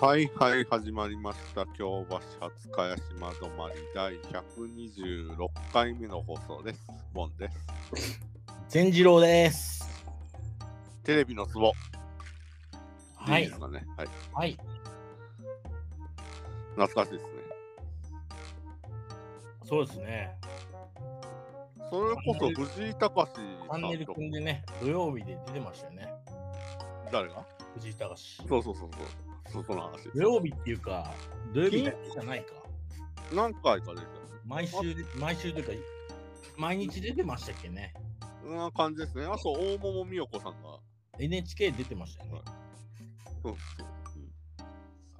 はいはい始まりました今日はシャツかやしまどまり第126回目の放送ですボンです善次郎です。テレビのツボはでいす。かねはいはい。懐かしいですねそうですね。それこそ藤井隆さチャンネんルと組んでね、土曜日で出てましたよね。誰が藤井隆。そうそうそうそうそその話土曜日っていうか、土曜日金だけじゃないか。何回か出て毎週、毎週というか、毎日出てましたっけね。るそんな感じですねあと大桃美代子さんが NHK 出てましたよね。そう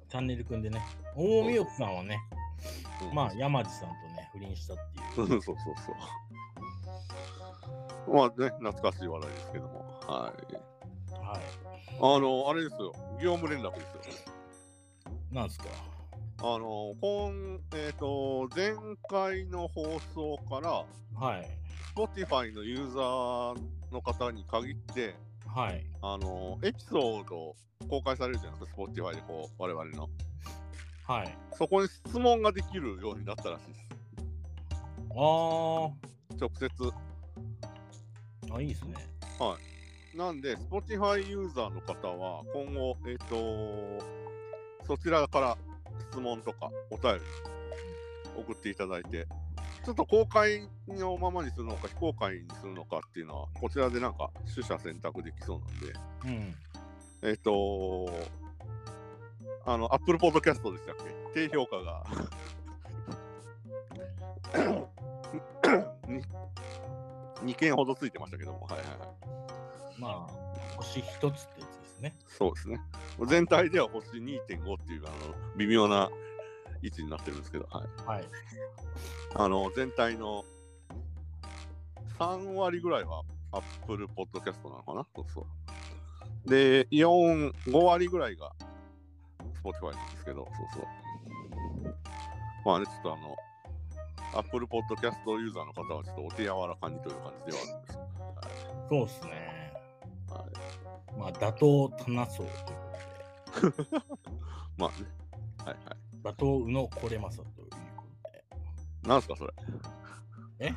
チャンネル組んでね。大見よさんはね、そう、うんまあ、山地さんとね、不倫したってそういう。そうそうそうまあね懐かしい話題ですけどもはいあはの、あれですよ、業務連絡ですよ。い。なんですか。あの、今、えっ、と、前回の放送から、はい。 Spotify のユーザーの方に限って、はい。あの、エピソード公開されるじゃないですか、Spotify でこう、我々の。はい。そこに質問ができるようになったらしいです。あ直接。ー、あ、いいですね。なんで、Spotify ユーザーの方は、今後、えっ、と、そちらから質問とかお便り送っていただいて、ちょっと公開のままにするのか、非公開にするのかっていうのは、こちらでなんか取捨選択できそうなんで、うん。えっ、とあの、Apple Podcast でしたっけ低評価が に2件ほどついてましたけども、はいはいはい。まあ、星一つってやつですね。そうですね。全体では星2.5っていうあの微妙な位置になってるんですけど、はい、はい。あの全体の3割ぐらいは Apple Podcast なのかなそうそう。で、4、5割ぐらいが Spotify なんですけど、そうそう。まあね、ちょっとあの、Apple Podcast ユーザーの方はちょっとお手柔らかにという感じではあるんですそうですね。はまあ、打倒棚層というまあね。はいはい。ことで、打倒宇野これまさということで。なんすかそれ。え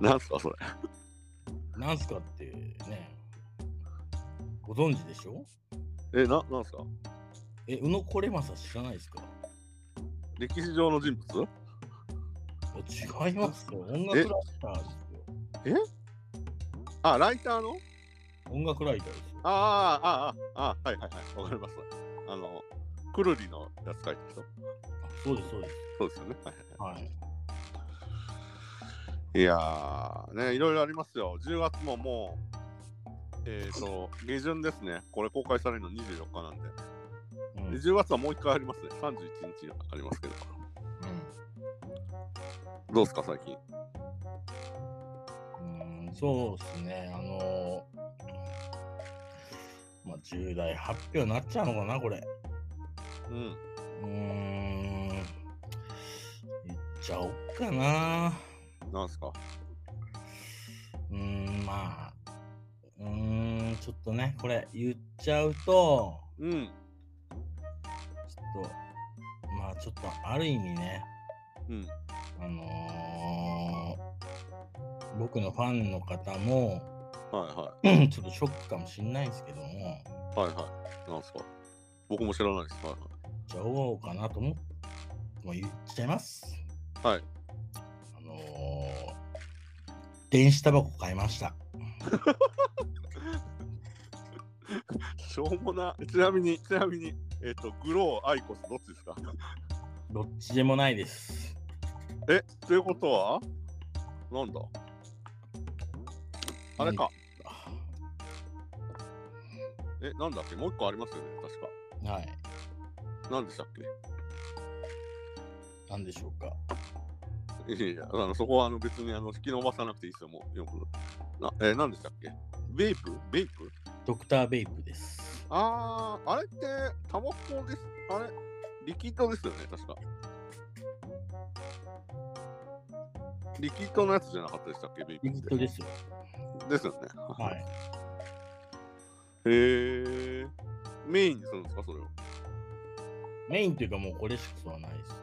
なんすかそれ。なんすかってね、ご存知でしょえ、な、なんすかえ、宇野これまさ知らないですか歴史上の人物違いますよ。音楽ライターですよ。あ、ライターの音楽ライターですよ。あーあー、あーあー、はいはいはい、わかります。あの、くるりのやつ書いた人あそうです、そうです。そうですよね。はいははい。いいやー、ね、いろいろありますよ。10月ももう、えっ、と、下旬ですね。これ公開されるの24日なんで。うんで10月はもう一回ありますね。31日ありますけど。どうですか、最近。うん、うんそうですね。あのーまあ、重大発表になっちゃうのかな、これ。うん。うーん。言っちゃおっかな。なんすかうーん、まあ。うーん、ちょっとね、これ言っちゃうと、ちょうん。っと、まあちょっとある意味ね、うん。あのー僕のファンの方も、 はいはちょっとショックかもしんないんですけども、言っい。はいはい。なんすか僕も知らないです。はいはい。ちゃおうかなと思って、もう言っちゃいます。はい。あのー電子タバコ買いました。しょうもな。ちなみに、ちなみに、えっ、と、グロー、アイコス、どっちですかどっちでもないです。え、ということはなんだあれか。え、なんだっけもう一個ありますよね、確か。はい。何でしたっなんでしょうか。けいやいや、あのそこはあの別にあの引き伸ばさなくていいですよ、もう。よくなえー、何でしたっけベイプベイプドクターベイプです。あー、あれって、タバコです。あれリキッドですよね、確か。リキッドのやつじゃなかったでしたっけベイプリってキッドですよ。ですよね。はい。へえ。メインにするんですか、それを。メインっていうかもうこれしかはないですね。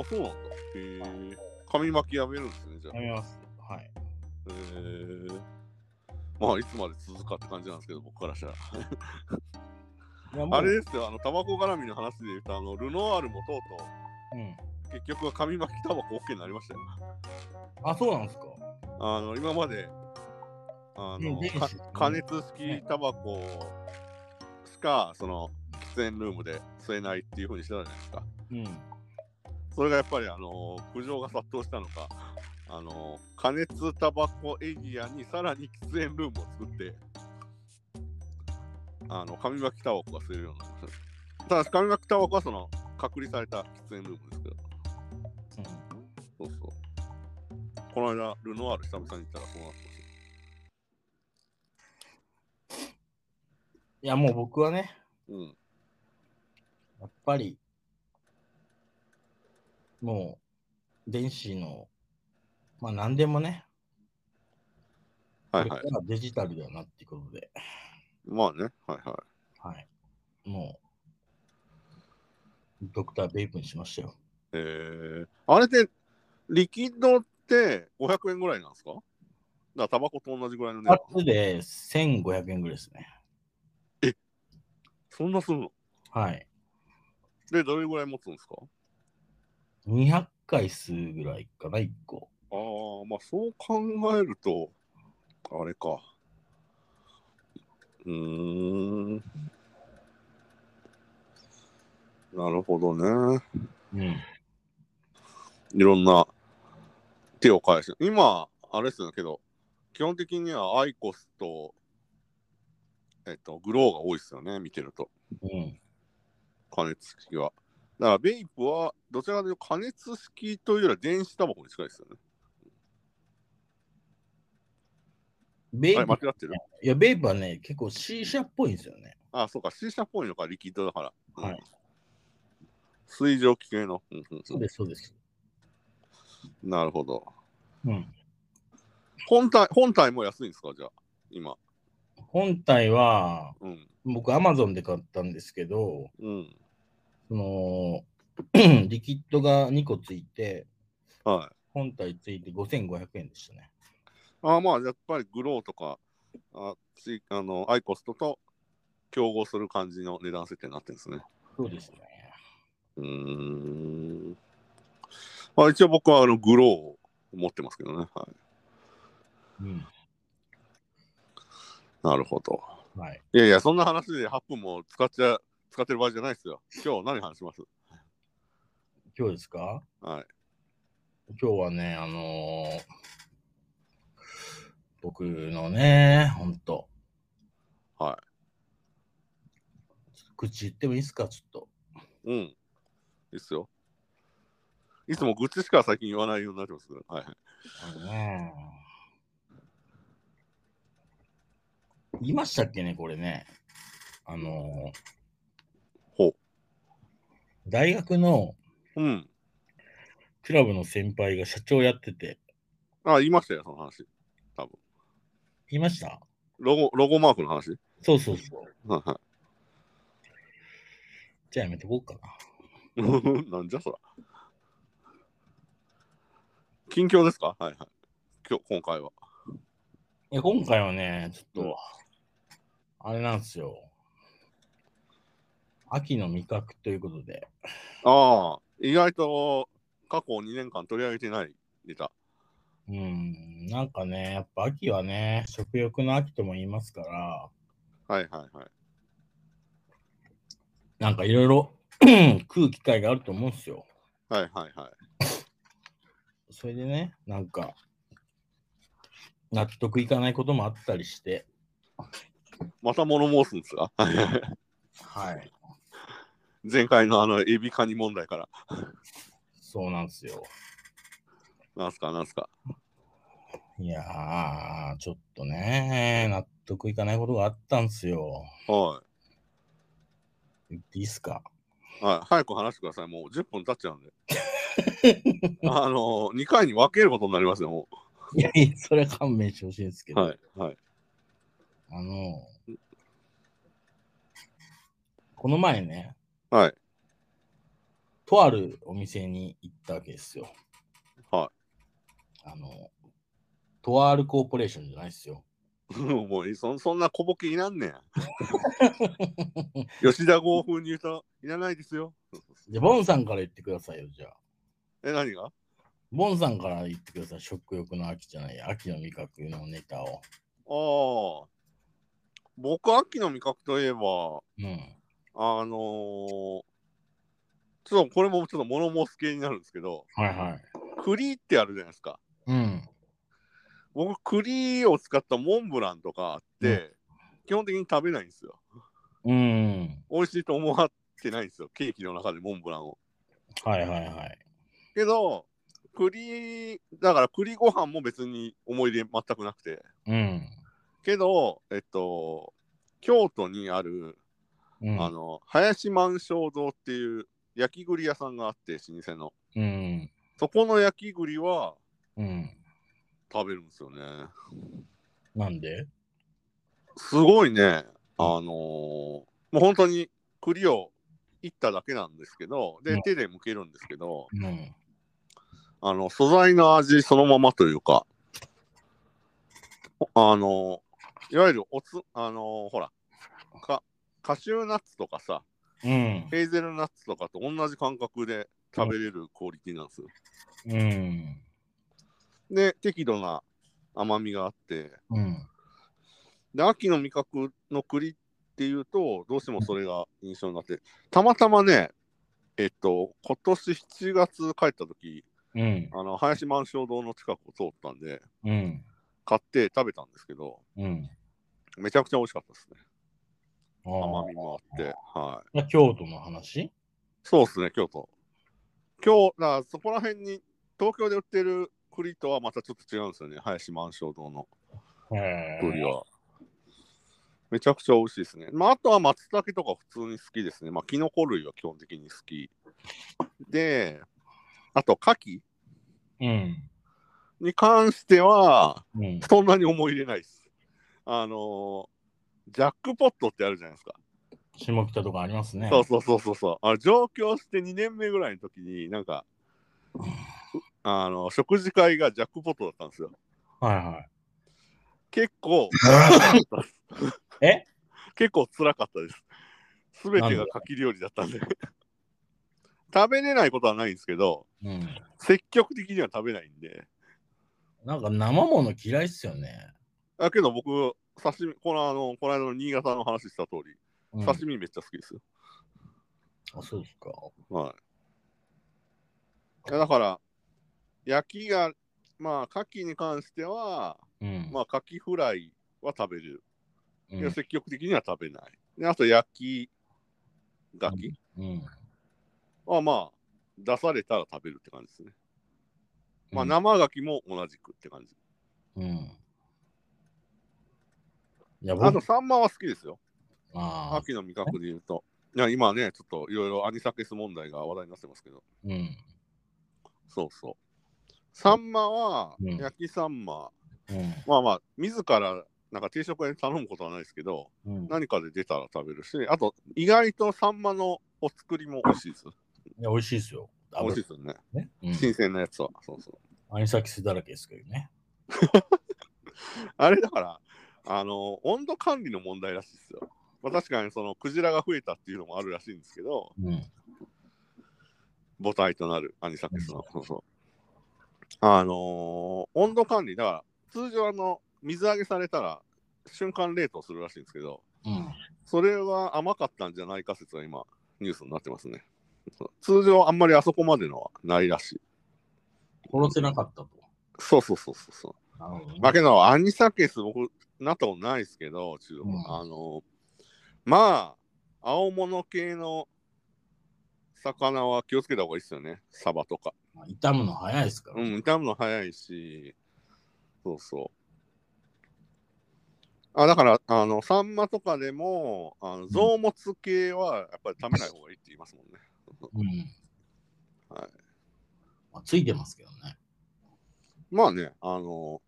あ、そうなんだ。へえ。紙巻きやめるんですね、じゃあ。やめます。はい。えー、まあいつまで続くかって感じなんですけど僕からしたらいやもうあれですよあのタバコ絡みの話で言うとあのルノアールもとうとうん。う結局は紙巻きタバコ OK になりましたよあ、そうなんですか。あの今まであの、ねか電子ね加熱式タバコしかその喫煙ルームで吸えないっていう風にしてたじゃないですかうん。それがやっぱりあの苦情が殺到したのかあの加熱タバコエリアにさらに喫煙ルームを作ってあの紙巻きタバコが吸えるようになりましたただし紙巻きタバコはその隔離された喫煙ルームですけどそうそうこの間ルノワール久々に行ったらそうなってましいや、もう僕はね、たうんやっぱり、もう、電子の、まあ何でもね、はいはいこれからデジタルだなっていうことで、まあねはいははい。もう、ドクターベイプにしましたよ。いえー、あれってリキッドって500円ぐらいなんですかだからタバコと同じぐらいの値2段つで1500円ぐらいですね。そんなするのはい。でどれぐらい持つんですか200回数ぐらいかな、1個。ああ、まあそう考えると、あれか。うーん。なるほどね。うん。いろんな手を返す。今、あれですよねけど、基本的にはアイコスと、えっと、グローが多いですよね、見てると。うん。加熱式は。だから、ベイプは、どちらかというと加熱式というよりは電子タバコに近いですよね。ベイあれ、プ間違ってるいや、ベイプはね、結構 C 社っぽいんですよね。あ、そうか、シーシャっぽいのか、リキッドだから。はいうん。水蒸気系の。うんうんそうです、そうです。うん、なるほど。うん。本体、本体も安いんですか、じゃあ、今。本体は、うん。僕、アマゾンで買ったんですけど、うん。その、 リキッドが2個ついて、はい。本体ついて5500円でしたね。あまあ、やっぱりグローとか、あついあのアイコストと競合する感じの値段設定になってるんですね。そうですね。うーん。まあ、一応僕はあのグローを持ってますけどね。はい。うん。なるほど。はい。いやいや、そんな話で8分も使っちゃ、使ってる場合じゃないですよ。今日何話します今日ですかはい。今日はね、あのー僕のね、ほんと。。はい口言ってもいいですか、ちょっと。うん。いいっすよ。いつも愚痴しか最近言わないようになってますけど。はいはい。あのね言いましたっけね、これね。あのほう。大学のうん。クラブの先輩が社長やってて、あ、言いましたよ、その話。言いましたロゴ、ロゴマークの話。そうそうそう。はいはじゃあやめてこうかな。い。 なんじゃそら。近況ですかはいはい。今日、今回は。いや、今回はね、ちょっと、あれなんですよ。秋の味覚ということで、ああ、意外と過去2年間取り上げてないネタ。うん、なんかね、やっぱ秋はね、食欲の秋とも言いますから、はいはいはい。なんかいろいろ 食う機会があると思うんですよ。はいはいはい。それでね、なんか、納得いかないこともあったりして、また物申すんですか はい。前回のあの、エビカニ問題から。そうなんですよ。なんすかなんすか。いやー、ちょっとね、納得いかないことがあったんですよ。はい。言っていいっすかはい、早く話してください。もう10分経っちゃうんで。あの、2回に分けることになりますよ、もいやいや、それは勘弁してほしいんですけう。ど、はい、はい。 あの、この前ね、はい。とあるお店に行ったわけですよ。。はいあの、とあるコーポレーションじゃないですよ。もういそそんな小ボケいらんねん。吉田豪風に言うといらないですよ。じゃあ、ボンさんから言ってくださいよ、じゃあ。え、何がボンさんから言ってください。食欲の秋じゃない、秋の味覚のネタあを。あ。僕、秋の味覚といえば、うん。あのーちょっとこれもちょっと物申す系になるんですけど、はいはい。栗ってあるじゃないですか。うん。僕、栗を使ったモンブランとかあって、基本的に食べないんですよ。うん。美味しいと思わってないんですよ。ケーキの中でモンブランを。はいはいはい。けど、栗、だから栗ご飯も別に思い出全くなくて。うん。けど、えっと、京都にある、うん。あの、林満昇堂っていう焼き栗屋さんがあって、老舗の。うん。そこの焼き栗はうん。食べるんですよね。なんですごいね、あのーもう本当に栗をいっただけなんですけど、うでん、手で剥けるんですけど、うん。あの、素材の味そのままというか、あのーいわゆるおつ、あのーほら、か、カシューナッツとかさ、うん。ヘーゼルナッツとかと同じ感覚で食べれるクオリティなんですよ。うん。で、適度な甘みがあって、うん。で、秋の味覚の栗っていうと、どうしてもそれが印象になって、たまたまね、えっと、今年7月帰った時、うん。あの、林満昇堂の近くを通ったんで、うん。買って食べたんですけど、うん。めちゃくちゃ美味しかったですね。あ甘ーみもあって、はい。まあ。京都の話そうですね、京都。今日、だからそこら辺に、東京で売ってる栗とはまたちょっと違うんですよね、林満昇堂のへ栗は。めちゃくちゃ美味しいですね。まあ、あとは松茸とか普通に好きですね。まあ、キノコ類は基本的に好き。で、あと、牡蠣え。うん。に関しては、うん。そんなに思い入れないです。あのージャックポットってあるじゃないですか。下北とかありますね。そうそうそうそうそう。あれ上京して2年目ぐらいの時に、なんか、あの食事会がジャックポットだったんですよ。はいはい。結構、え結構辛かったです。すべてが牡蠣料理だったんで。食べれないことはないんですけど、うん。積極的には食べないんで。なんか生もの嫌いっすよね。だけど僕、刺身、このあの、この間の新潟の話した通り、うん、あ刺、身めっちゃ好きですよ。そうですか。はい。いやだから、焼きが、まあ、牡蠣に関しては、うん。まあ、牡蠣フライは食べれる。ういやん、積極的には食べない。であと、焼き、牡蠣うん。はまあ、出されたら食べるって感じですね。まあ、うん生牡蠣も同じくって感じ。うん。いや、あ僕と、、サンマは好きですよ。ああ、秋の味覚で言うと。いや、今ね、ちょっといろいろアニサキス問題が話題になってますけど、うん。そうそう。サンマは、うん焼きサンマ、うん。まあまあ、自ら、なんか定食屋に頼むことはないですけど、うん、何かで出たら食べるし、あと、意外とサンマのお作りも美味しいです。いや、美味しいですよ。美味しいで油すよね。ね。新鮮なやつは。そうそう。うん。アニサキスだらけですけどね。あれだから、あの、温度管理の問題らしいですよ。まあ、確かにそのクジラが増えたっていうのもあるらしいんですけど、うん。母体となるアニサキスの。そうそう。あのー温度管理、だから、通常あの、水揚げされたら瞬間冷凍するらしいんですけど、うん。それは甘かったんじゃないか説が今、ニュースになってますね。そう通常あんまりあそこまでのはないらしい。殺せなかったと。そうそうそうそうそう。なるほどねまあけど、アニサキス、僕、なったことないですけど、中国、うんあの、まあ、青物系の魚は気をつけた方がいいですよね。サバとか。まあ傷むの早いですから。うん、傷むの早いし、そうそう。あ、だから、あの、サンマとかでも、あの臓物系はやっぱり食べない方がいいって言いますもんね。うん。はい。まあ、ついてますけどね。まあね、あの、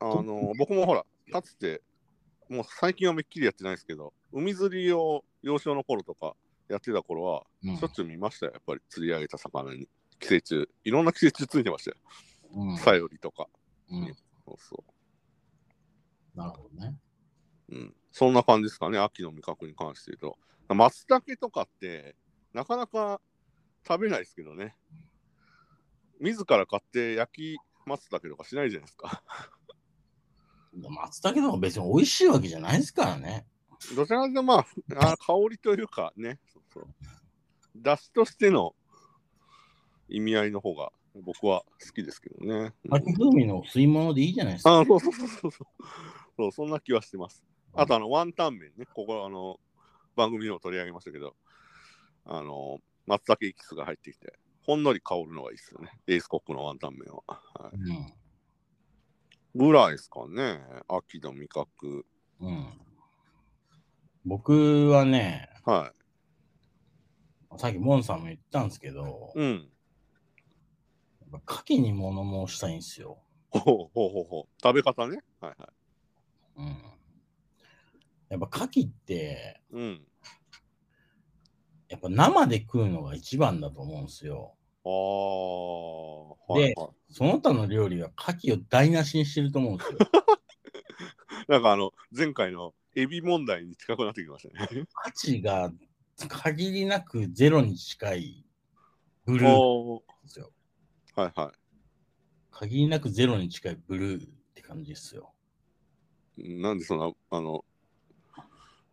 あの、僕もほら、かつて、もう最近はめっきりやってないですけど、海釣りを幼少の頃とかやってた頃は、うんしょっちゅう見ましたよ、やっぱり釣り上げた魚に。寄生虫、いろんな寄生虫ついてましたよ。うんサヨリとか。うんそうそなるほどね。う。うん。そんな感じですかね、秋の味覚に関して言うと。松茸とかって、なかなか食べないですけどね。自ら買って焼き松茸とかしないじゃないですか。でも松茸でも別に美味しいわけじゃないですからね。どちらかというと、まあふ、あ香りというかね、そうそう。出汁としての意味合いの方が僕は好きですけどね。うん秋風味の吸い物でいいじゃないですか。あそうそうそうそうそう。そう、そんな気はしてます。あと、あの、ワンタン麺ね、ここ、あの、番組でも取り上げましたけど、あの、松茸エキスが入ってきて、ほんのり香るのがいいですよね。エースコックのワンタン麺は。はうん。い、ぐらいですかね、秋の味覚。うん。僕はね、はさっきモンさんも言ったんですけどい。、うん。やっぱ牡蠣に物申したいんですよ。ほうほうほうほう。食べ方ね。はいはい。うん。やっぱ牡蠣って、うん。やっぱ生で食うのが一番だと思うんですよ。ああ、はでい、はい。その他の料理は牡蠣を台無しにしてると思う んですよ。なんかあの、前回のエビ問題に近くなってきましたね。価値が限りなくゼロに近いブルーなんおですよ。ー はいは限りなくゼロに近いブルーって感じですよ。い。なんでそんな、あの、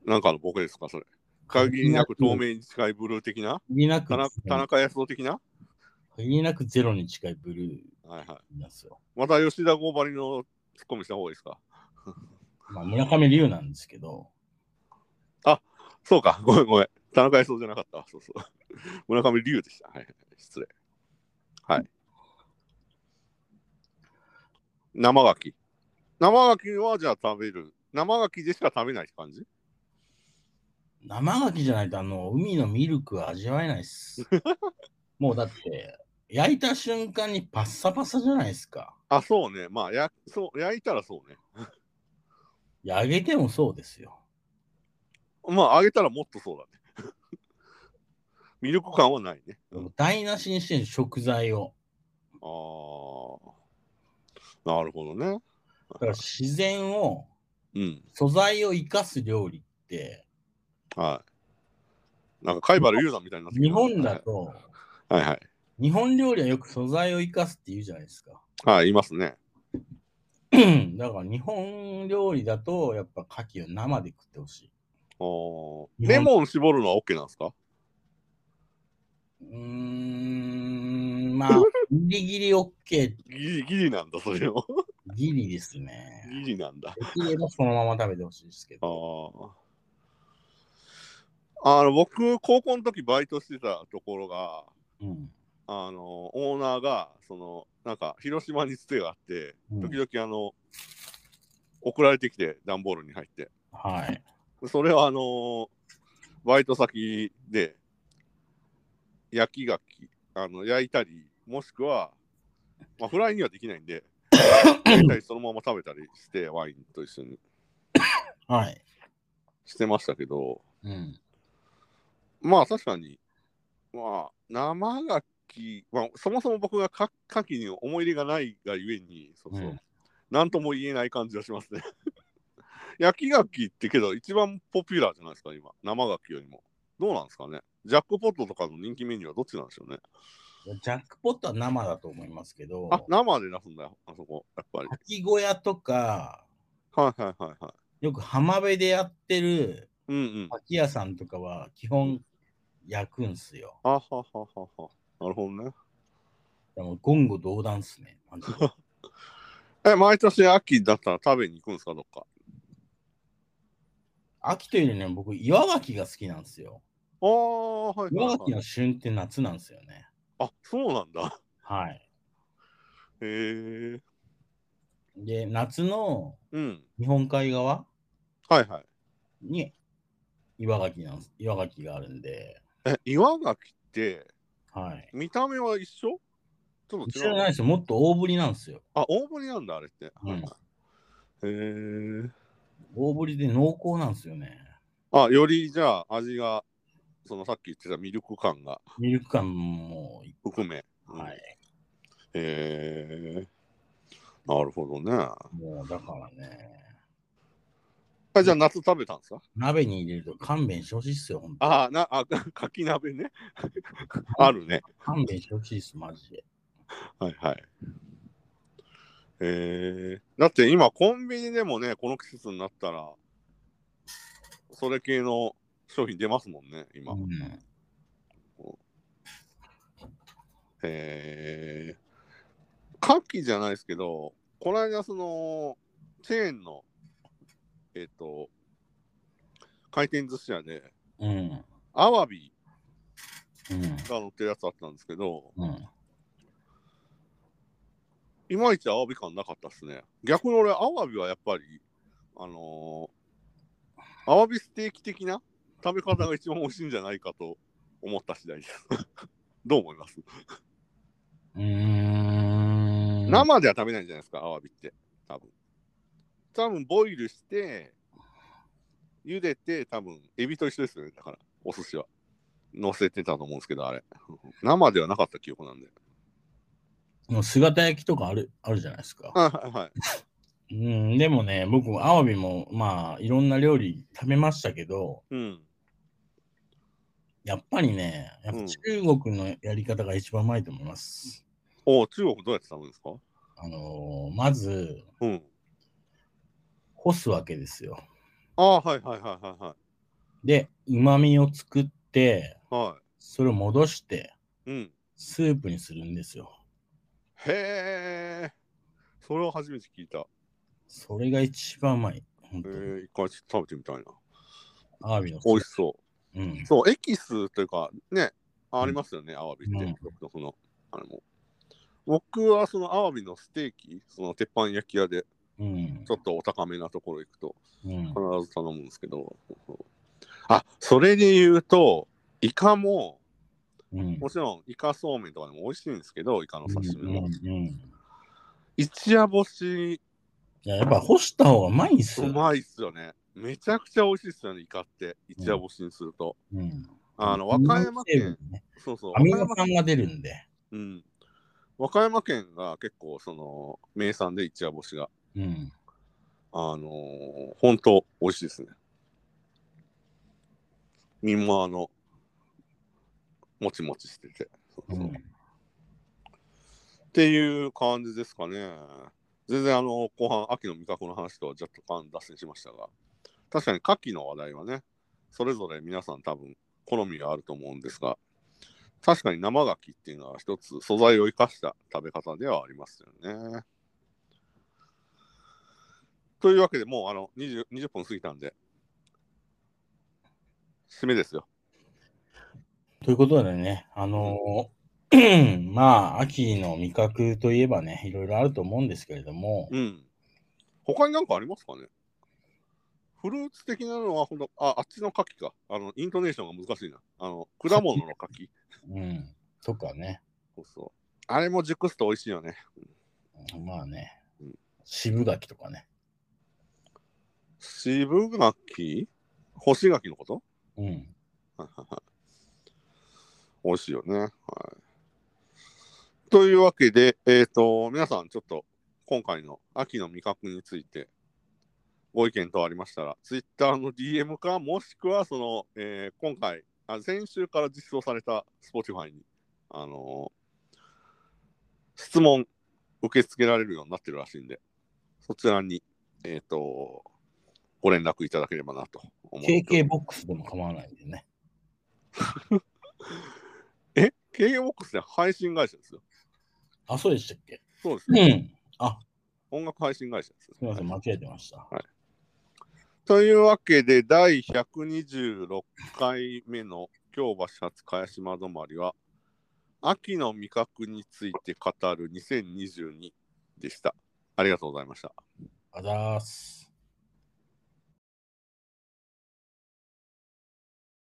なんかのボケですか、それ。限りなく透明に近いブルー的な限りなく田中田中康夫的な限りなくゼロに近いブルーはいはい。なんですよ。また吉田剛張りのツッコミした方がいいですかまあ、村上龍なんですけど、そうか、ごめんごめん。田中康夫じゃなかった。そうそう。 村上龍でした。はいはい。失礼。はい。生牡蠣。生牡蠣はじゃあ食べる。生牡蠣でしか食べないって感じ生牡蠣じゃないとあの海のミルクは味わえないっ す。もうだって、焼いた瞬間にパッサパサじゃないですか。あ、そうね。まあ、やそう焼いたらそうね。揚げてもそうですよ。まあ、揚げたらもっとそうだね。 ミルク感はないね。うん台無しにしてる食材を。ああ。なるほどね。だから自然をうん。素材を生かす料理って、はい。なんか、貝原雄山みたいになってきた日本だ。と、はいはい。日本料理はよく素材を生かすって言うじゃないですか。 はい、いますね。だから日本料理だと、やっぱ牡蠣を生で食ってほしおー日本レモン絞るのは OK なんですかい。うーん、ま あ、ギリギリ OK、ギリギリなんだ、それを。 ギリですね。ギリなんだ。できればそのまま食べてほしいですけあど。ーあの僕、高校の時バイトしてたところが、うん。あのオーナーが、そのなんか広島につてがあって、うん時々あの、送られてきて、段ボールに入って、はい。それはあのバイト先で、焼き牡蠣あの焼いたり、もしくは、まあ、フライにはできないんで、焼いたりそのまま食べたりして、ワインと一緒にはい。してましたけど、うん。まあ確かに、まあ生牡蠣、まあそもそも僕がか牡蠣に思い入れがないがゆえに、そうそう、うんなんとも言えない感じがしますね。 焼き牡蠣ってけど一番ポピュラーじゃないですか、今、生牡蠣よりも。どうなんですかねジャックポットとかの人気メニューはどっちなんでしょうね。ジャックポットは生だと思いますけど、あ、生で出すんだよ、あそこ、やっぱり。牡蠣小屋とか、はいはいはいはい。よく浜辺でやってるうんうん。秋屋さんとかは基本焼くんすよ。あははははは。なるほどね。でも言語道断っすね。マジで え、毎年秋だったら食べに行くんですか、どっか。秋というよりね、僕、岩牡蠣が好きなんですよ。ああ、はいはい、岩牡蠣はのい。旬って夏なんですよね。あ、そうなんだ。はい。へえ。で、夏のうん。日本海側はいはい。に岩牡蠣なんす岩牡蠣があるんで、え、岩牡蠣ってはい。見た目は一緒ちょっと一違緒うじゃないの。ですよ。もっと大ぶりなんですよ。あ、大盛りなんだ、あれって。うんはいはいへえ。大ぶりで濃厚なんですよね。あ、よりじゃあ味がそのさっき言ってたミルク感がミルク感も、含め。うんはい。へえ。なるほどね。もうだからね、あじゃあ夏食べたんですか鍋に入れると勘弁してほしいっすよ、ほんとああ、なあ、 かき鍋ね。 あるね。勘弁してほしいっす、マジで。はいはい。えー、だって今コンビニでもね、この季節になったら、それ系の商品出ますもんね、今。うんえー、カキじゃないですけど、この間、その、チェーンの、えっ、と、回転寿司屋で、うん。アワビうん。が乗ってるやつあったんですけど、うん。いまいちアワビ感なかったですね。逆に俺、アワビはやっぱり、あのーアワビステーキ的な食べ方が一番美味しいんじゃないかと思った次第です。 どう思います、うーん。生では食べないじゃないですか、アワビって。多分。多分、ボイルして、茹でて、多分、エビと一緒ですよね。だから、お寿司は。乗せてたと思うんですけど、あれ。 生ではなかった記憶なんで。もう姿焼きとかあるあるじゃないですか。あはいはい。うん、でもね、僕、アワビも、まあ、いろんな料理食べましたけど、うん。やっぱりね、やっぱうん中国のやり方が一番うまいと思います。お中国どうやって食べるんですかあのーまず、うん。干すわけですよ。ああ、はいはいはいはいはで、旨味を作って、い。はそれを戻して、い。うん。スープにするんですよ。へえ。それは初めて聞いた。それが一番うまい。本え当にー、一回ちょっと食べてみたいな。アワビの美味しそう。う。ん。そう、エキスというか、ね、あうんありますよね、アワビって。うん独特の、あれも。僕はそのアワビのステーキ、その鉄板焼き屋で、うんち。ょっとお高めなところ行くと、うん。必ず頼むんですけど。あ、それで言うと、イカも、うん。もちろんイカそうめんとかでも美味しいんですけど、イカの刺身も。うんうん一夜干し、いや、やっぱ干した方がうまいんすうよ。まいっすよね。めちゃくちゃ美味しいっすよね、イカって。一夜干しにすると。うん。あの、和歌山県、うん。そうそう、アミノ酸が出るんで。うん。和歌山県が結構その名産で一夜干しが、うん。あのー、本当美味しいですね。身もあの、もちもちしてて。そうそうっていう感じですかね。全然あの、後半、秋の味覚の話とは若干脱線しましたが、確かに牡蠣の話題はね、それぞれ皆さん多分好みがあると思うんですが、確かに生牡蠣っていうのは一つ素材を生かした食べ方ではありますよね。というわけでもうあの 20, 20分過ぎたんで、締めですよ。ということでね、あのー まあ、秋の味覚といえばね、いろいろあると思うんですけれども、うん。他になんかありますかねフルーツ的なのはほんと、あ、あっちの牡蠣か。あの、イントネーションが難しいな。あの、果物の牡蠣。うん、とかね、 そうそう。あれも熟すと美味しいよね。まあねうん、渋柿とかね、渋柿干し柿のことうん、はいはいはい 美味しいよね。はい。というわけで、えっ、と、皆さんちょっと今回の秋の味覚についてご意見等ありましたら、Twitter の DM か、もしくはその、えー今回あ、先週から実装された Spotify に、あのー質問受け付けられるようになってるらしいんで、そちらに、えっ、と、ご連絡いただければなと思っております KK ボックスでも構わないんでね、え ?KBOX って配信会社ですよ。あ、そうでしたっけそうですうね。ん、あ、音楽配信会社ですすみよまね、せん、間違えてました。というわけで、第126回目の京橋初茅島止まりは、秋の味覚について語る2022でした。ありがとうございました。あざーす。